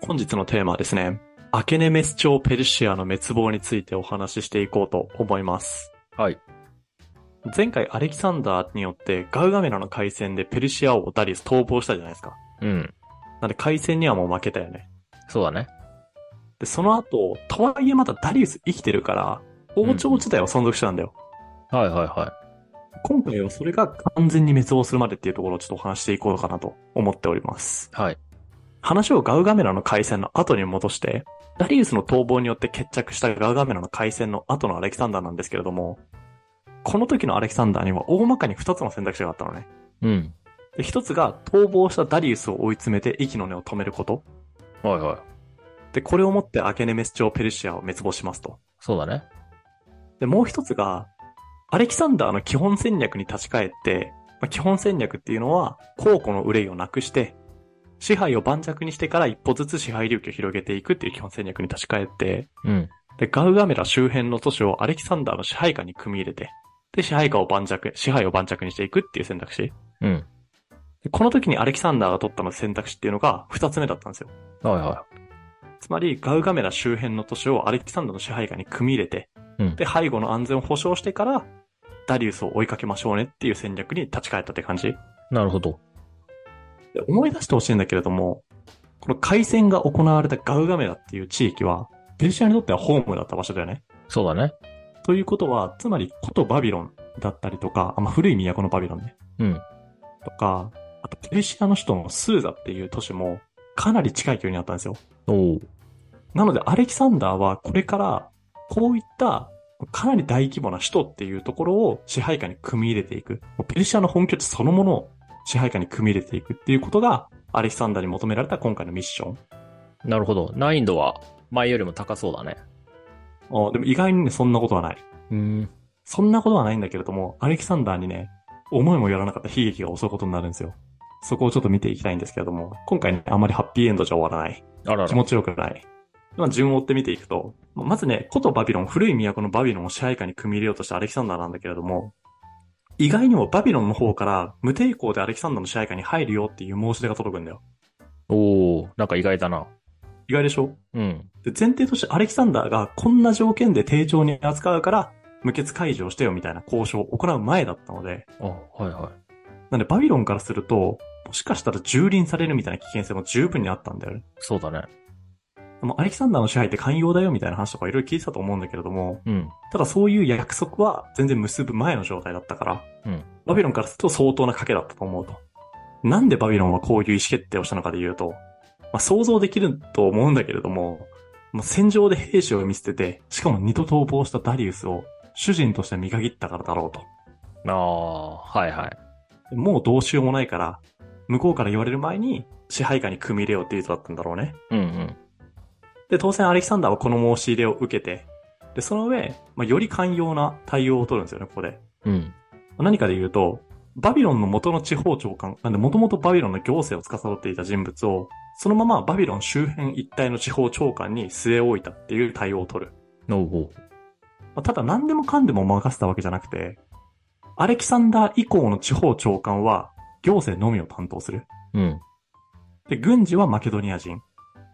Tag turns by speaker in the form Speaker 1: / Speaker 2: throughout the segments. Speaker 1: 本日のテーマはですね、アケネメス朝ペルシアの滅亡についてお話ししていこうと思います。
Speaker 2: はい。
Speaker 1: 前回アレキサンダーによってガウガメラの海戦でペルシア王ダリウス逃亡したじゃないですか。
Speaker 2: うん。
Speaker 1: なんで海戦にはもう負けたよね。
Speaker 2: そうだね。
Speaker 1: で、その後、とはいえまだダリウス生きてるから、王朝自体は存続してたんだよ。
Speaker 2: はいはいはい。
Speaker 1: 今回はそれが完全に滅亡するまでっていうところをちょっとお話ししていこうかなと思っております。
Speaker 2: はい。
Speaker 1: 話をガウガメラの海戦の後に戻して、ダリウスの逃亡によって決着したガウガメラの海戦の後のアレキサンダーなんですけれども、この時のアレキサンダーには大まかに2つの選択肢があったのね。
Speaker 2: うん。
Speaker 1: で、1つが逃亡したダリウスを追い詰めて息の根を止めること。
Speaker 2: はいはい。
Speaker 1: で、これをもってアケネメス朝ペルシアを滅亡しますと。
Speaker 2: そうだね。
Speaker 1: で、もう一つが、アレキサンダーの基本戦略に立ち返って、まあ、基本戦略っていうのは、公庫の憂いをなくして、支配を盤石にしてから一歩ずつ支配領域を広げていくっていう基本戦略に立ち返って、
Speaker 2: うん。
Speaker 1: で、ガウガメラ周辺の都市をアレキサンダーの支配下に組み入れて、で、支配下を盤石、支配を盤石にしていくっていう選択肢。
Speaker 2: うん。
Speaker 1: でこの時にアレキサンダーが取ったの選択肢っていうのが二つ目だったんですよ。
Speaker 2: はいは
Speaker 1: つまり、ガウガメラ周辺の都市をアレキサンダーの支配下に組み入れて、
Speaker 2: うん
Speaker 1: で、背後の安全を保障してから、ダリウスを追いかけましょうねっていう戦略に立ち返ったって感じ。
Speaker 2: い。なるほど。
Speaker 1: で思い出してほしいんだけれども、この海戦が行われたガウガメラっていう地域は、ペルシアにとってはホームだった場所だよね。
Speaker 2: そうだね。
Speaker 1: ということは、つまり古都バビロンだったりとか、あまあ、古い都のバビロンね。
Speaker 2: うん。
Speaker 1: とか、あとペルシアの首都のスーザっていう都市も、かなり近い距離にあったんですよ。
Speaker 2: おお。
Speaker 1: なので、アレキサンダーはこれから、こういった、かなり大規模な首都っていうところを支配下に組み入れていく。もうペルシアの本拠地そのものを支配下に組み入れていくっていうことが、アレキサンダーに求められた今回のミッション。
Speaker 2: なるほど。難易度は前よりも高そうだね。
Speaker 1: あでも意外にね、そんなことはない。
Speaker 2: うん。
Speaker 1: そんなことはないんだけれども、アレキサンダーにね、思いもよらなかった悲劇が襲うことになるんですよ。そこをちょっと見ていきたいんですけれども、今回ね、あまりハッピーエンドじゃ終わらない。
Speaker 2: あら
Speaker 1: 気
Speaker 2: ら。
Speaker 1: 持ちよくない。まあ、順を追って見ていくと、まあまずね、古都バビロン、古い都のバビロンを支配下に組み入れようとしたアレキサンダーなんだけれども、意外にもバビロンの方から無抵抗でアレキサンダーの支配下に入るよっていう申し出が届くんだよ。
Speaker 2: おお。なんか意外だな。
Speaker 1: 意外でしょ
Speaker 2: うん。
Speaker 1: で、前提としてアレキサンダーがこんな条件で丁重に扱うから、無血解除をしてよみたいな交渉を行う前だったので、
Speaker 2: あ、はいは
Speaker 1: なんでバビロンからすると、もしかしたら蹂躙されるみたいな危険性も十分にあったんだよね。
Speaker 2: い。そうだね。
Speaker 1: でもアレキサンダーの支配って寛容だよみたいな話とかいろいろ聞いてたと思うんだけれども、
Speaker 2: うん。
Speaker 1: ただそういう約束は全然結ぶ前の状態だったから、
Speaker 2: うん
Speaker 1: バビロンからすると相当な賭けだったと思うと。なんでバビロンはこういう意思決定をしたのかで言うと、まあ、想像できると思うんだけれども、もう戦場で兵士を見捨てて、しかも二度逃亡したダリウスを主人として見限ったからだろうと。
Speaker 2: ああ、はいはい。
Speaker 1: でもうどうしようもないから、向こうから言われる前に支配下に組み入れようっていう意図だったんだろうね。
Speaker 2: うんうん。
Speaker 1: で、当然アレキサンダーはこの申し入れを受けて、で、その上、まあ、より寛容な対応を取るんですよね、ここで。
Speaker 2: うん。
Speaker 1: 何かで言うと、バビロンの元の地方長官、なんで元々バビロンの行政を司っていた人物を、そのままバビロン周辺一帯の地方長官に据え置いたっていう対応を取る。
Speaker 2: おお。
Speaker 1: まあただ何でもかんでも任せたわけじゃなくて、アレキサンダー以降の地方長官は行政のみを担当する。
Speaker 2: うん。
Speaker 1: で、軍事はマケドニア人。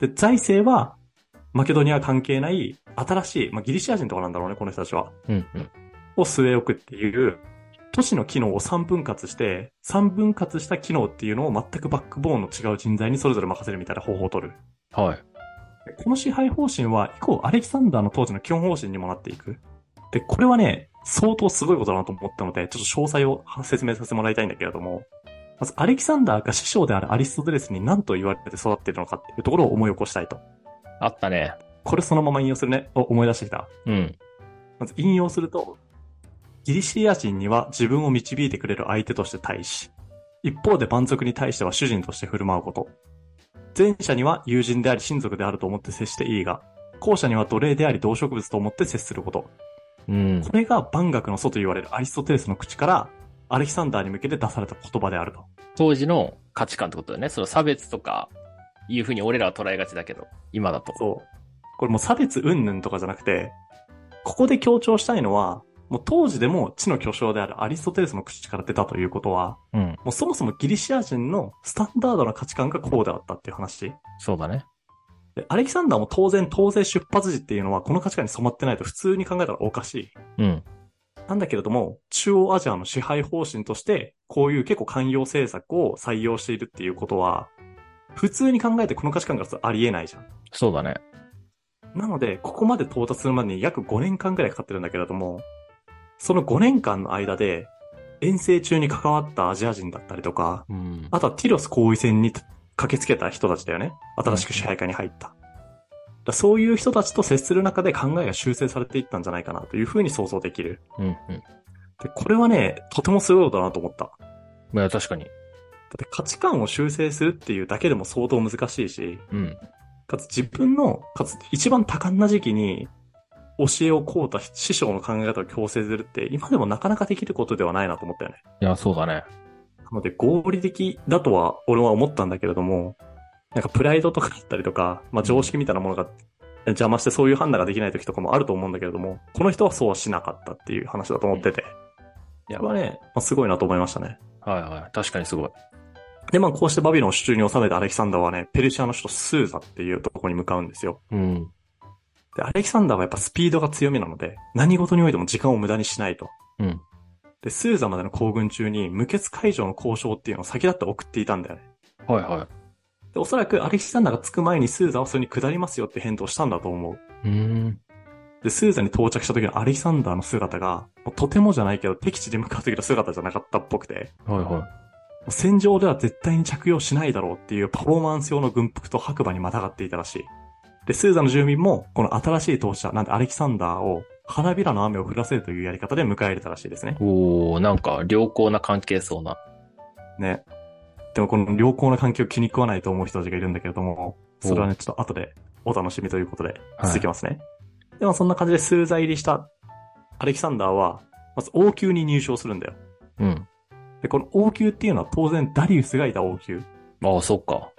Speaker 1: で、財政は、マケドニア関係ない、新しい、まあ、ギリシア人とかなんだろうね、この人たちは。
Speaker 2: うんうん。
Speaker 1: を据え置くっていう、都市の機能を3分割して、3分割した機能っていうのを全くバックボーンの違う人材にそれぞれ任せるみたいな方法を取る。
Speaker 2: はい。
Speaker 1: でこの支配方針は、以降、アレキサンダーの当時の基本方針にもなっていく。で、これはね、相当すごいことだなと思ったので、ちょっと詳細を説明させてもらいたいんだけれども、まず、アレキサンダーが師匠であるアリストテレスに何と言われて育っているのかっていうところを思い起こしたいと。
Speaker 2: あったね。
Speaker 1: これそのまま引用するね、を思い出してきた。
Speaker 2: うん。
Speaker 1: まず引用すると、ギリシア人には自分を導いてくれる相手として対し、一方で蛮族に対しては主人として振る舞うこと。前者には友人であり親族であると思って接していいが、後者には奴隷であり動植物と思って接すること。
Speaker 2: うん。
Speaker 1: これが万学の祖と言われるアリストテレスの口から、アレキサンダーに向けて出された言葉であると。
Speaker 2: 当時の価値観ってことだよね。その差別とか、いうふうに俺らは捉えがちだけど、今だと。
Speaker 1: そう。これもう差別云々とかじゃなくて、ここで強調したいのは、もう当時でも地の巨匠であるアリストテレスの口から出たということは、
Speaker 2: うん。
Speaker 1: もうそもそもギリシア人のスタンダードな価値観がこうであったっていう話。
Speaker 2: そうだね。
Speaker 1: でアレキサンダーも当然、当然出発時っていうのはこの価値観に染まってないと普通に考えたらおかしい。
Speaker 2: うん。
Speaker 1: なんだけれども、中央アジアの支配方針として、こういう結構寛容政策を採用しているっていうことは、普通に考えてこの価値観からするとありえないじゃん。
Speaker 2: そうだね。
Speaker 1: なので、ここまで到達するまでに約5年間くらいかかってるんだけれども、その5年間の間で、遠征中に関わったアジア人だったりとか、
Speaker 2: うん。
Speaker 1: あとはティロス後位戦に駆けつけた人たちだよね。新しく支配下に入った。だからそういう人たちと接する中で考えが修正されていったんじゃないかなというふうに想像できる。
Speaker 2: うん。うん。
Speaker 1: で、これはね、とてもすごいことだなと思った。だ
Speaker 2: まあ確かに。
Speaker 1: って価値観を修正するっていうだけでも相当難しいし、
Speaker 2: うん。
Speaker 1: かつ自分の、かつ一番多感な時期に、教えをこうた師匠の考え方を強制するって、今でもなかなかできることではないなと思ったよね。
Speaker 2: いや、そうだね。
Speaker 1: なので合理的だとは俺は思ったんだけれども、なんかプライドとかだったりとか、まあ常識みたいなものが邪魔してそういう判断ができない時とかもあると思うんだけれども、この人はそうはしなかったっていう話だと思ってて。
Speaker 2: いや
Speaker 1: これはね、まあ、すごいなと思いましたね。
Speaker 2: はいはい。確かにすごい。
Speaker 1: で、まあこうしてバビロンを手中に収めたアレキサンダーはね、ペルシアの首都スーザっていうところに向かうんですよ。
Speaker 2: うん。
Speaker 1: で、アレキサンダーはやっぱスピードが強みなので、何事においても時間を無駄にしないと。
Speaker 2: うん。
Speaker 1: で、スーザまでの行軍中に無血解除の交渉っていうのを先立って送っていたんだよね。
Speaker 2: はいは
Speaker 1: で、おそらくアレキサンダーが着く前にスーザはそれに下りますよって返答したんだと思う。
Speaker 2: い。うん。
Speaker 1: で、スーザに到着した時のアレキサンダーの姿が、もうとてもじゃないけど敵地で向かう時の姿じゃなかったっぽくて、
Speaker 2: はいは
Speaker 1: もう戦場では絶対に着用しないだろうっていうパフォーマンス用の軍服と白馬にまたがっていたらしい。で、スーザの住民も、この新しい当事者、なんでアレキサンダーを花びらの雨を降らせるというやり方で迎え入れたらしいですね。
Speaker 2: い。おー、なんか良好な関係そうな。
Speaker 1: ね。でもこの良好な環境を気に食わないと思う人たちがいるんだけれども、それはね、ちょっと後でお楽しみということで、
Speaker 2: はい
Speaker 1: 続きますね。でもそんな感じでスーザ入りしたアレキサンダーは、まず王宮に入賞するんだよ。
Speaker 2: うん。
Speaker 1: で、この王宮っていうのは当然ダリウスがいた王宮。
Speaker 2: ああ、そっか。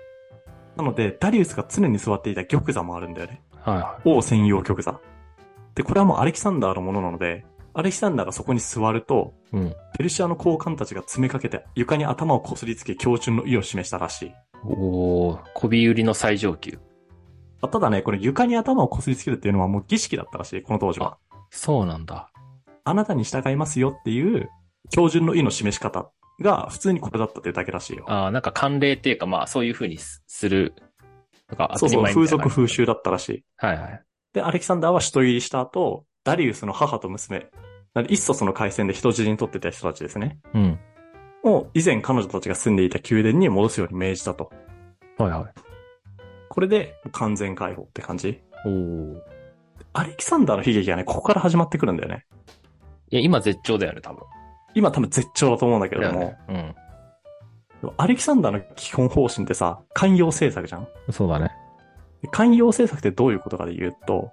Speaker 1: なので、ダリウスが常に座っていた玉座もあるんだよね。
Speaker 2: はいは
Speaker 1: 王専用玉座。で、これはもうアレキサンダーのものなので、アレキサンダーがそこに座ると、
Speaker 2: い。うん。
Speaker 1: ペルシアの高官たちが詰めかけて床に頭をこすりつけ強靭の意を示したらしい。
Speaker 2: おー、こび売りの最上級。
Speaker 1: まあただね、これ床に頭をこすりつけるっていうのはもう儀式だったらしい、この当時は。
Speaker 2: そうなんだ。
Speaker 1: あなたに従いますよっていう、標準の意の示し方が普通にこれだったというだけらしいよ。
Speaker 2: ああ、なんか慣例っていうか、まあ、そういうふうにすする。なんか
Speaker 1: そう
Speaker 2: 当たり
Speaker 1: そう、
Speaker 2: 前み
Speaker 1: 風
Speaker 2: たいな
Speaker 1: 俗風。習だったらしい。
Speaker 2: はいはい。
Speaker 1: で、アレキサンダーは首都入りした後、ダリウスの母と娘、なんでイッソスの海戦で人質に取ってた人たちですね。
Speaker 2: うん。
Speaker 1: を以前彼女たちが住んでいた宮殿に戻すように命じたと。
Speaker 2: はいはい。
Speaker 1: これで完全解放って感じ。
Speaker 2: おー。い
Speaker 1: アレキサンダーの悲劇がね、ここから始まってくるんだよね。
Speaker 2: や、今絶頂だよね、多分。
Speaker 1: 今多分絶頂だと思うんだけれ
Speaker 2: だ
Speaker 1: ど
Speaker 2: よ
Speaker 1: も、
Speaker 2: ね。うん。
Speaker 1: アレキサンダーの基本方針ってさ、寛容政策じゃん
Speaker 2: そうだね。
Speaker 1: で寛容政策ってどういうことかで言うと、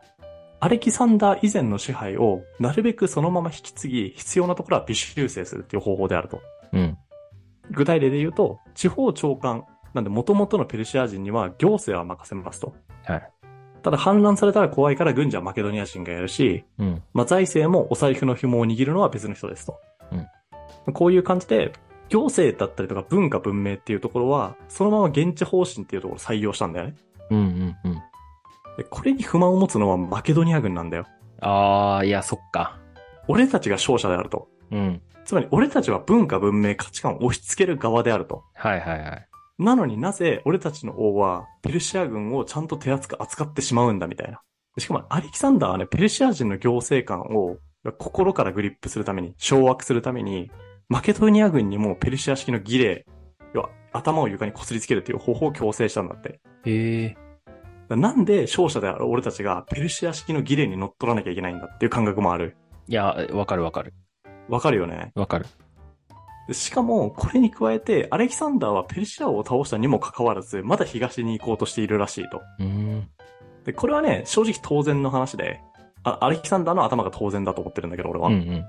Speaker 1: アレキサンダー以前の支配をなるべくそのまま引き継ぎ、必要なところは微修正するっていう方法であると。
Speaker 2: うん。
Speaker 1: 具体例で言うと、地方長官、なんで元々のペルシア人には行政は任せますと。
Speaker 2: はい。
Speaker 1: ただ反乱されたら怖いから軍事はマケドニア人がやるし、
Speaker 2: うん。
Speaker 1: まあ、財政もお財布の紐を握るのは別の人ですと。こういう感じで、行政だったりとか文化文明っていうところは、そのまま現地方針っていうところを採用したんだよね。
Speaker 2: うんうんうん。
Speaker 1: で、これに不満を持つのはマケドニア軍なんだよ。
Speaker 2: ああ、いや、そっか。
Speaker 1: 俺たちが勝者であると。
Speaker 2: うん。
Speaker 1: つまり俺たちは文化文明価値観を押し付ける側であると。
Speaker 2: はいはいはい。
Speaker 1: なのになぜ俺たちの王はペルシア軍をちゃんと手厚く扱ってしまうんだみたいな。しかもアレキサンダーはね、ペルシア人の行政官を心からグリップするために、掌握するために、マケドニア軍にもペルシア式の儀礼、要は頭を床に擦りつけるという方法を強制したんだって。
Speaker 2: へえ。
Speaker 1: なんで勝者である俺たちがペルシア式の儀礼に乗っ取らなきゃいけないんだっていう感覚もある。
Speaker 2: いや、わかるわかる。
Speaker 1: わかるよね。
Speaker 2: わかる。
Speaker 1: でしかも、これに加えて、アレキサンダーはペルシア王を倒したにもかかわらず、まだ東に行こうとしているらしいと。
Speaker 2: うん。
Speaker 1: で、これはね、正直当然の話で、あアレキサンダーの頭が当然だと思ってるんだけど、俺
Speaker 2: う
Speaker 1: は。
Speaker 2: んうん。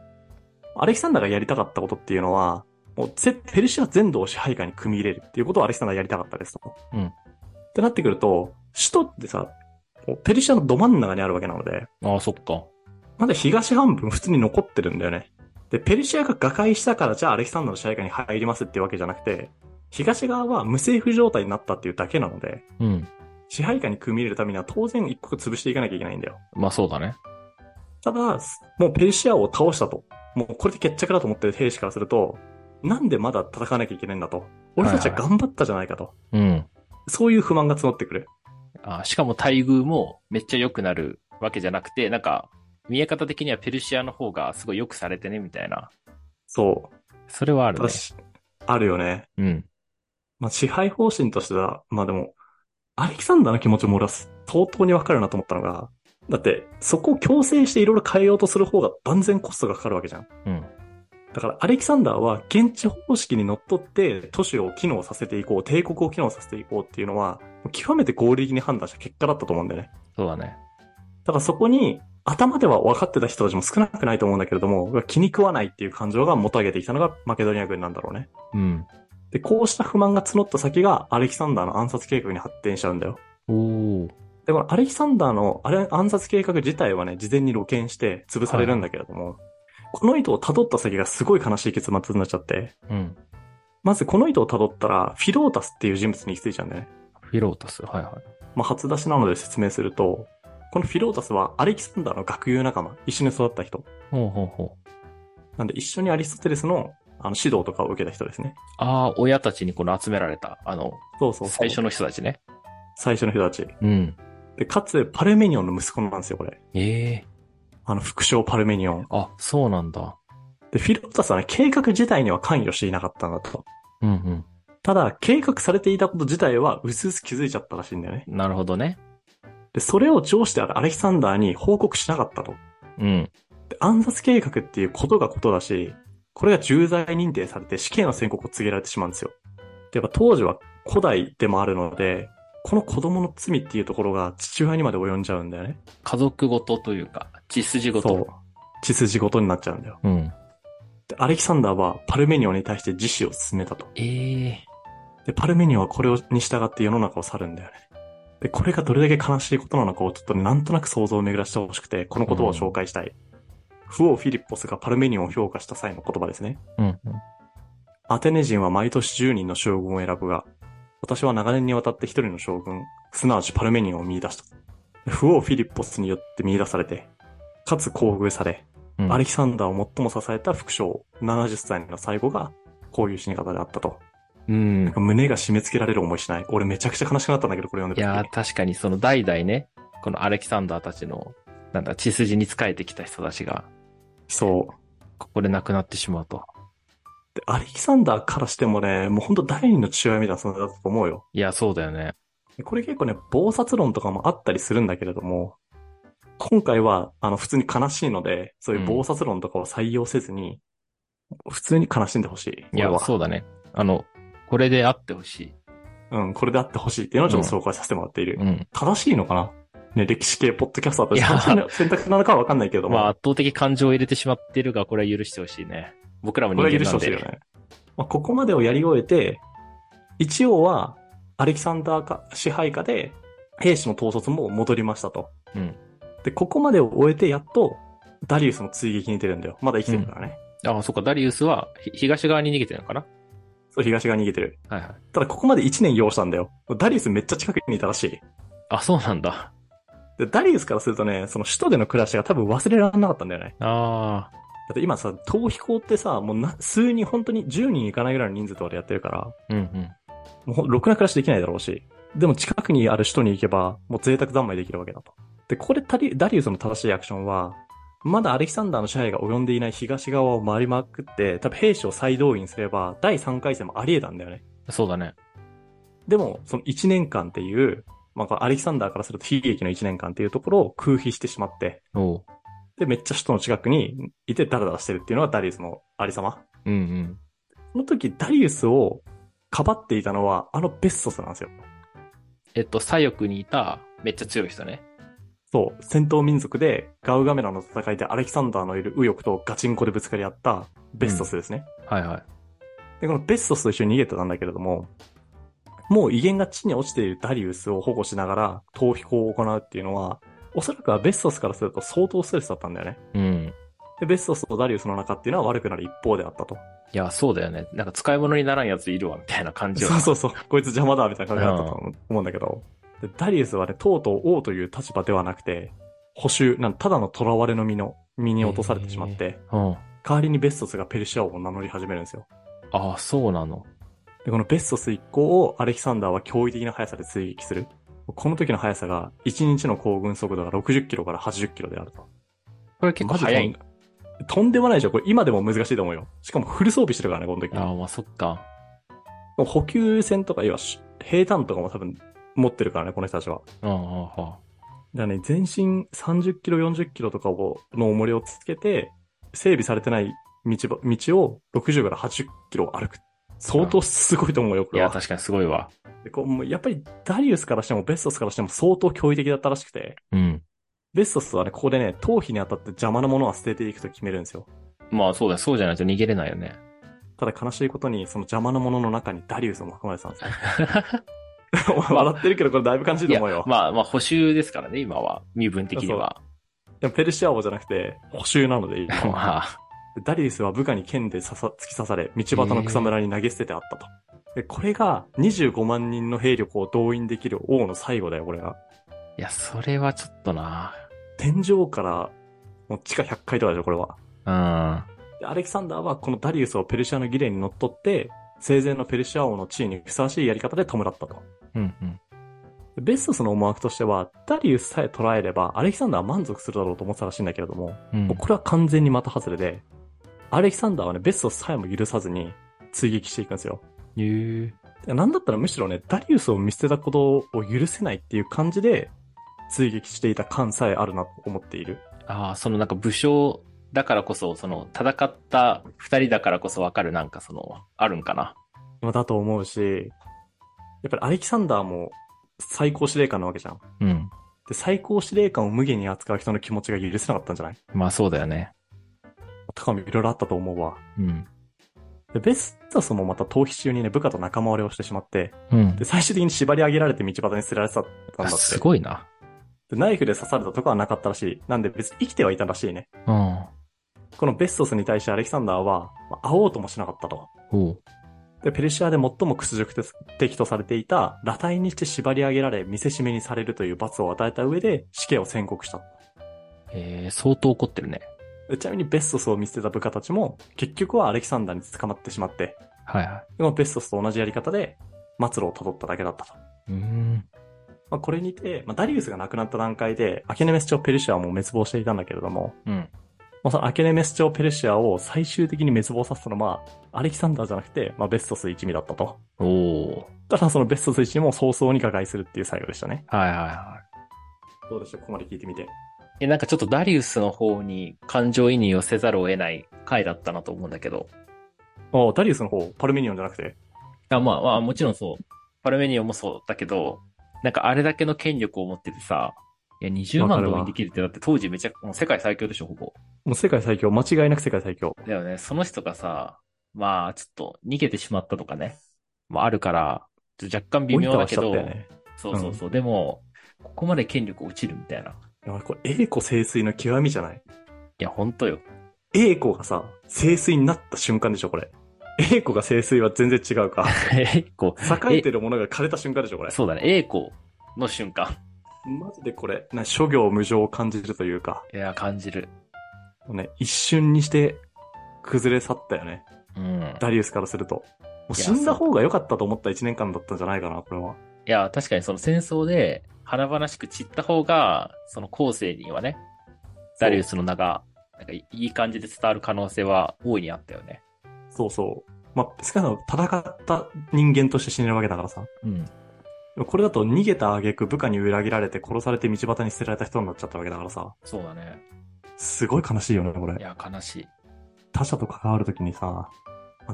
Speaker 1: アレキサンダーがやりたかったことっていうのは、もうぜペルシア全土を支配下に組み入れるっていうことをアレキサンダーがやりたかったですと。
Speaker 2: うん
Speaker 1: ってなってくると、首都ってさ、もうペルシアのど真ん中にあるわけなので、
Speaker 2: ああ、そっか。
Speaker 1: まだ東半分普通に残ってるんだよね。で、ペルシアが瓦解したからじゃあアレキサンダーの支配下に入りますってわけじゃなくて、東側は無政府状態になったっていうだけなので、
Speaker 2: うん。
Speaker 1: 支配下に組み入れるためには当然一国潰していかなきゃいけないんだよ。
Speaker 2: まあそうだね。
Speaker 1: ただ、もうペルシアを倒したと。もうこれで決着だと思ってる兵士からすると、なんでまだ戦わなきゃいけないんだと。俺たちは頑張ったじゃないかと。
Speaker 2: うん。
Speaker 1: そういう不満が募ってくる。
Speaker 2: あしかも待遇もめっちゃ良くなるわけじゃなくて、なんか、見え方的にはペルシアの方がすごい良くされてね、みたいな。
Speaker 1: そ
Speaker 2: それはあ
Speaker 1: う。
Speaker 2: る
Speaker 1: た
Speaker 2: ね
Speaker 1: だ。し、あるよね。
Speaker 2: うん。
Speaker 1: まあ、支配方針としては、まあでも、アレキサンダーの気持ちも俺は相当にわかるなと思ったのが、だって、そこを強制していろいろ変えようとする方が断然コストがかかるわけじゃん。
Speaker 2: うん。
Speaker 1: だから、アレキサンダーは現地方式にのっとって都市を機能させていこう、帝国を機能させていこうっていうのは、極めて合理的に判断した結果だったと思うんだよね。
Speaker 2: そうだね。
Speaker 1: だからそこに、頭では分かってた人たちも少なくないと思うんだけれども、気に食わないっていう感情がもたげてきたのがマケドニア軍なんだろうね。
Speaker 2: うん。
Speaker 1: で、こうした不満が募った先がアレキサンダーの暗殺計画に発展しちゃうんだよ。
Speaker 2: おお。
Speaker 1: で、このアレキサンダーのあれ暗殺計画自体はね、事前に露見して潰されるんだけれども、この意図を辿った先がすごい悲しい結末になっちゃって、
Speaker 2: うん。
Speaker 1: まずこの意図を辿ったら、フィロータスっていう人物に行き着いちゃうんだよね。
Speaker 2: フィロータス。はいはい。
Speaker 1: まあ、初出しなので説明すると、このフィロータスはアレキサンダーの学友仲間、一緒に育った人。
Speaker 2: ほうほうほう。
Speaker 1: なんで一緒にアリストテレスのあの指導とかを受けた人ですね。
Speaker 2: ああ、親たちにこの集められた、あの、
Speaker 1: そうそうそう
Speaker 2: 最初の人たちね。
Speaker 1: 最初の人たち。
Speaker 2: うん。
Speaker 1: で、かつ、パルメニオンの息子なんですよ、これ。
Speaker 2: ええ
Speaker 1: あの、副将パルメニオン。
Speaker 2: あ、そうなんだ。
Speaker 1: で、フィロータスはね、計画自体には関与していなかったんだと。
Speaker 2: うんうん。
Speaker 1: ただ、計画されていたこと自体は、うすうす気づいちゃったらしいんだよね。
Speaker 2: なるほどね。
Speaker 1: で、それを上司であるアレキサンダーに報告しなかったと。
Speaker 2: うん。
Speaker 1: で、暗殺計画っていうことがことだし、これが重罪認定されて死刑の宣告を告げられてしまうんですよ。で、やっぱ当時は古代でもあるので、この子供の罪っていうところが父親にまで及んじゃうんだよね。
Speaker 2: 家族ごとというか、血筋ご
Speaker 1: そう
Speaker 2: と。。
Speaker 1: 血筋ごとになっちゃうんだよ。
Speaker 2: うん。
Speaker 1: で、アレキサンダーはパルメニオンに対して自死を進めたと。
Speaker 2: ええ
Speaker 1: で、パルメニオンはこれをに従って世の中を去るんだよね。で、これがどれだけ悲しいことなのかをちょっとねなんとなく想像を巡らしてほしくて、この言葉を紹介したい。フオ・フィリッポスがパルメニオンを評価した際の言葉ですね。
Speaker 2: うん。
Speaker 1: アテネ人は毎年10人の将軍を選ぶが、私は長年にわたって一人の将軍、すなわちパルメニオンを見出した。フオ・フィリッポスによって見出されて、かつ厚遇され、
Speaker 2: うん。
Speaker 1: アレキサンダーを最も支えた副将、70歳の最後が、こういう死に方であったと。
Speaker 2: うん。
Speaker 1: 胸が締め付けられる思いしない。俺めちゃくちゃ悲しくなったんだけど、これ読ん
Speaker 2: い
Speaker 1: で
Speaker 2: や
Speaker 1: た
Speaker 2: ー、確かにその代々ね、このアレキサンダーたちの、なんだ、血筋に仕えてきた人たちが、
Speaker 1: そう。
Speaker 2: ここで亡くなってしまうと。
Speaker 1: で、アレキサンダーからしてもね、もうほんと第二の父親みたいな存在だったと思うよ。
Speaker 2: いや、そうだよね。
Speaker 1: でこれ結構ね、暴殺論とかもあったりするんだけれども、今回は、あの、普通に悲しいので、そういう暴殺論とかを採用せずに、普通に悲しんでほしい。
Speaker 2: いや
Speaker 1: 俺、は
Speaker 2: そうだね。あの、これであってほしい。
Speaker 1: うん、これであってほしいっていうのをちょっと紹介させてもらっている。
Speaker 2: うん。
Speaker 1: 正しいのかなね、歴史系ポッドキャストだったり
Speaker 2: いや
Speaker 1: 正しいの選択なのかはわかんないけれども。
Speaker 2: まあ、圧倒的感情を入れてしまってるが、これは許してほしいね。僕らも
Speaker 1: こ
Speaker 2: 人
Speaker 1: れは
Speaker 2: 間
Speaker 1: 許し
Speaker 2: な
Speaker 1: て
Speaker 2: ん
Speaker 1: ほしいよ
Speaker 2: で。
Speaker 1: ね。まあ、ここまでをやり終えて、一応は、アレキサンダーか支配下で、兵士の統率も戻りましたと。
Speaker 2: うん
Speaker 1: で、ここまでを終えて、やっと、ダリウスの追撃に出るんだよ。まだ生きてるからね。
Speaker 2: ああ、そっか、ダリウスは、ひ東側に逃げてるのかな
Speaker 1: そう、東側に逃げてる。
Speaker 2: はいはい。
Speaker 1: ただ、ここまで1年要したんだよ。ダリウスめっちゃ近くにいたらしい。
Speaker 2: あ、そうなんだ。
Speaker 1: で、ダリウスからするとね、その首都での暮らしが多分忘れられなかったんだよね。
Speaker 2: ああ、
Speaker 1: だって今さ、逃避行ってさ、もうな、数人、本当に10人いかないぐらいの人数とかでやってるから、
Speaker 2: うんうん。
Speaker 1: もうほんろくな暮らしできないだろうし、でも近くにある首都に行けば、もう贅沢三昧できるわけだと。で、ここでタリダリウスの正しいアクションは、まだアレキサンダーの支配が及んでいない東側を回りまくって、多分兵士を再動員すれば、第3回戦もあり得たんだよね。
Speaker 2: そうだね。
Speaker 1: でも、その1年間っていう、まあこれアレキサンダーからすると悲劇の1年間っていうところを空飛してしまって、
Speaker 2: おう。
Speaker 1: で、めっちゃ首都の近くにいてダラダラしてるっていうのがダリウスのありさま。
Speaker 2: うんうん。
Speaker 1: その時、ダリウスをかばっていたのは、あのベッソスなんですよ。
Speaker 2: えっと、左翼にいた、めっちゃ強い人ね。
Speaker 1: そう、戦闘民族でガウガメラの戦いでアレキサンダーのいる右翼とガチンコでぶつかり合ったベストスですね。
Speaker 2: はいはい。
Speaker 1: で、このベストスと一緒に逃げてたんだけれども、もう威厳が地に落ちているダリウスを保護しながら逃避行を行うっていうのは、おそらくはベストスからすると相当ストレスだったんだよね。
Speaker 2: うん。
Speaker 1: で、ベストスとダリウスの仲っていうのは悪くなる一方であったと。
Speaker 2: いや、そうだよね。なんか使い物にならんやついるわ、みたいな感じは。
Speaker 1: そうそうそう、こいつ邪魔だみたいな感じだったと思う思うんだけど、でダリウスはね、とうとう王という立場ではなくて、補修、なんただの囚われの身の、身に落とされてしまって、
Speaker 2: うん。
Speaker 1: 代わりにベストスがペルシア王を名乗り始めるんですよ。
Speaker 2: ああ、そうなの。
Speaker 1: で、このベストス一行をアレキサンダーは驚異的な速さで追撃する。この時の速さが、1日の行軍速度が60キロから80キロであると。
Speaker 2: これ結構
Speaker 1: マジ
Speaker 2: 早い。
Speaker 1: とん。とんでもないでしょ。これ今でも難しいと思うよ。しかもフル装備してるからね、この時。
Speaker 2: ああ、まあそっか。
Speaker 1: 補給船とか、要はし兵団とかも多分持ってるからね、この人たちは。
Speaker 2: うんうんうん。
Speaker 1: だからね、全身30キロ、40キロとかを、の重りをつけて、整備されてない道ば、道を60から80キロ歩く。相当すごいと思うよ、こ
Speaker 2: い
Speaker 1: れ
Speaker 2: や、
Speaker 1: は。
Speaker 2: 確かにすごいわ。
Speaker 1: でこうもうやっぱりダリウスからしてもベストスからしても相当驚異的だったらしくて、
Speaker 2: うん。
Speaker 1: ベストスはね、ここでね、頭皮に当たって邪魔なものは捨てていくと決めるんですよ。
Speaker 2: まあそうだ、そうじゃないと逃げれないよね。
Speaker 1: ただ悲しいことに、その邪魔なものの中にダリウスも含まれてたんですよ。 お前笑ってるけど、これだいぶ悲しいと思うよ。
Speaker 2: まあまあ補修ですからね、今は。身分的には。
Speaker 1: でもペルシア王じゃなくて、補修なのでいい。
Speaker 2: まあ、
Speaker 1: ダリウスは部下に剣で刺さ突き刺され、道端の草むらに投げ捨ててあったと。でこれが25万人の兵力を動員できる王の最後だよ、これが。
Speaker 2: いや、それはちょっとな。
Speaker 1: 天井から、もう地下100階とかでしょ、これは。
Speaker 2: うん。
Speaker 1: でアレキサンダーはこのダリウスをペルシアの儀礼に乗っ取って、生前のペルシア王の地位にふさわしいやり方で弔ったと。
Speaker 2: うんうん。
Speaker 1: ベストスの思惑としては、ダリウスさえ捉えれば、アレキサンダーは満足するだろうと思ってたらしいんだけれども、
Speaker 2: うん
Speaker 1: もうこれは完全にまた外れで、アレキサンダーはね、ベストスさえも許さずに追撃していくんですよ。
Speaker 2: へえ
Speaker 1: でなんだったらむしろね、ダリウスを見捨てたことを許せないっていう感じで、追撃していた感さえあるなと思っている。
Speaker 2: ああ、そのなんか武将だからこそ、その戦った二人だからこそわかるなんかその、あるんかな。
Speaker 1: まあだと思うし、やっぱりアレキサンダーも最高司令官なわけじゃん。
Speaker 2: うん。
Speaker 1: で、最高司令官を無限に扱う人の気持ちが許せなかったんじゃない
Speaker 2: まあそうだよね。
Speaker 1: とかもいろいろあったと思うわ。
Speaker 2: うん。
Speaker 1: で、ベスタスもまた逃避中にね、部下と仲間割れをしてしまって、
Speaker 2: うん
Speaker 1: で、。最終的に縛り上げられて道端に捨てられてたんだ
Speaker 2: あ
Speaker 1: って。
Speaker 2: すごいな。
Speaker 1: でナイフで刺されたとかはなかったらしい。なんで別に生きてはいたらしいね。
Speaker 2: うん。
Speaker 1: このベストスに対してアレキサンダーは、まあ会おうともしなかったと。
Speaker 2: おう。
Speaker 1: で、ペルシアで最も屈辱的とされていた、裸体にして縛り上げられ、見せしめにされるという罰を与えた上で、死刑を宣告した。
Speaker 2: えー、相当怒ってるね。
Speaker 1: でちなみにベストスを見捨てた部下たちも、結局はアレキサンダーに捕まってしまって、
Speaker 2: はいは
Speaker 1: でもベストスと同じやり方で、末路を辿っただけだったと。
Speaker 2: い。うん。
Speaker 1: まあ、これにて、まあ、ダリウスが亡くなった段階で、アケネメス朝ペルシアはもう滅亡していたんだけれども、
Speaker 2: うん。
Speaker 1: まあ、そのアケネメス朝ペルシアを最終的に滅亡させたのは、アレキサンダーじゃなくて、まあ、ベストス一味だったと。
Speaker 2: おお。
Speaker 1: ただそのベストス一味も早々に瓦解するっていう最後でしたね。
Speaker 2: はいはいは
Speaker 1: どうでしょうここまで聞いてみて。
Speaker 2: い。え、なんかちょっとダリウスの方に感情移入をせざるを得ない回だったなと思うんだけど。
Speaker 1: ああ、ダリウスの方、パルメニオンじゃなくて。
Speaker 2: あまあまあ、もちろんそう。パルメニオンもそうだけど、なんかあれだけの権力を持っててさ、いや、20
Speaker 1: わか
Speaker 2: 万
Speaker 1: るわ
Speaker 2: 動員できるって、だって当時めちゃ、もう世界最強でしょ、ほぼ。
Speaker 1: もう世界最強、間違いなく世界最強。
Speaker 2: だよね、その人がさ、まあ、ちょっと逃げてしまったとかね、まああるから、ちょっと若干微妙だけど、
Speaker 1: 及川しちゃったよね。
Speaker 2: そうそうそう、でも、ここまで権力落ちるみたいな。い
Speaker 1: いやこれ、栄子清水の極みじゃない
Speaker 2: や、ほんとよ。
Speaker 1: 栄子がさ、清水になった瞬間でしょ、これ。栄子が清水は全然違うか。
Speaker 2: え、こ
Speaker 1: 栄えてるものが枯れた瞬間でしょ、これ
Speaker 2: う、。そうだね、栄光の瞬間。
Speaker 1: マジでこれ、な諸行無常を感じるというか、
Speaker 2: いや、感じる。
Speaker 1: もうね、一瞬にして崩れ去ったよね。
Speaker 2: うん。
Speaker 1: ダリウスからすると。もう
Speaker 2: いや
Speaker 1: 死んだ方が良かったと思った一年間だったんじゃないかな、これは。
Speaker 2: いや、確かにその戦争で華々しく散った方が、その後世にはね、ダリウスの名が、なんかいい感じで伝わる可能性は大いにあったよね。
Speaker 1: そうそう。まあ、少なくとも戦った人間として死ねるわけだからさ。
Speaker 2: うん。
Speaker 1: でもこれだと逃げた挙句部下に裏切られて殺されて道端に捨てられた人になっちゃったわけだからさ。
Speaker 2: そうだね。
Speaker 1: すごい悲しいよね、こ
Speaker 2: い
Speaker 1: れ。
Speaker 2: や、悲しい。
Speaker 1: 他者と関わるときにさ、ま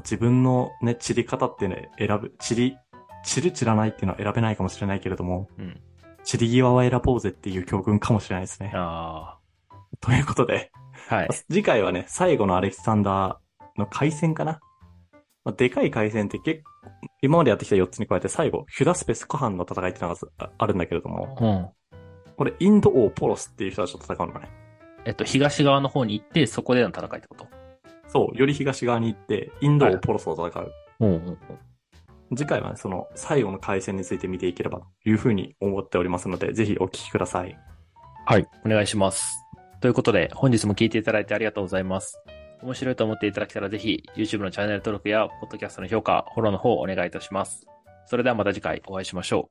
Speaker 1: あ自分のね、散り方ってね、選ぶ、散り、散る散らないっていうのは選べないかもしれないけれども、
Speaker 2: うん。
Speaker 1: 散り際は選ぼうぜっていう教訓かもしれないですね。
Speaker 2: あ
Speaker 1: ということで、
Speaker 2: あ。はい。
Speaker 1: 次回はね、最後のアレキサンダーの回戦かな。まあ、でかい回戦って結構、今までやってきた4つに加えて最後、ヒュダスペス・コハンの戦いってのがああるんだけれども、
Speaker 2: うん。
Speaker 1: これインド王ポロスっていう人たちと戦うのね。
Speaker 2: えっと、東側の方に行って、そこでの戦いってこと
Speaker 1: そう、より東側に行って、インド王ポロスと戦う。
Speaker 2: うんうんうん。
Speaker 1: 次回はね、その最後の回戦について見ていければというふうに思っておりますので、ぜひお聞きください。
Speaker 2: はい。お願いします。ということで、本日も聞いていただいてありがとうございます。面白いと思っていただけたら、ぜひ、YouTube のチャンネル登録や、ポッドキャストの評価、フォローの方をお願いいたします。それではまた次回お会いしましょう。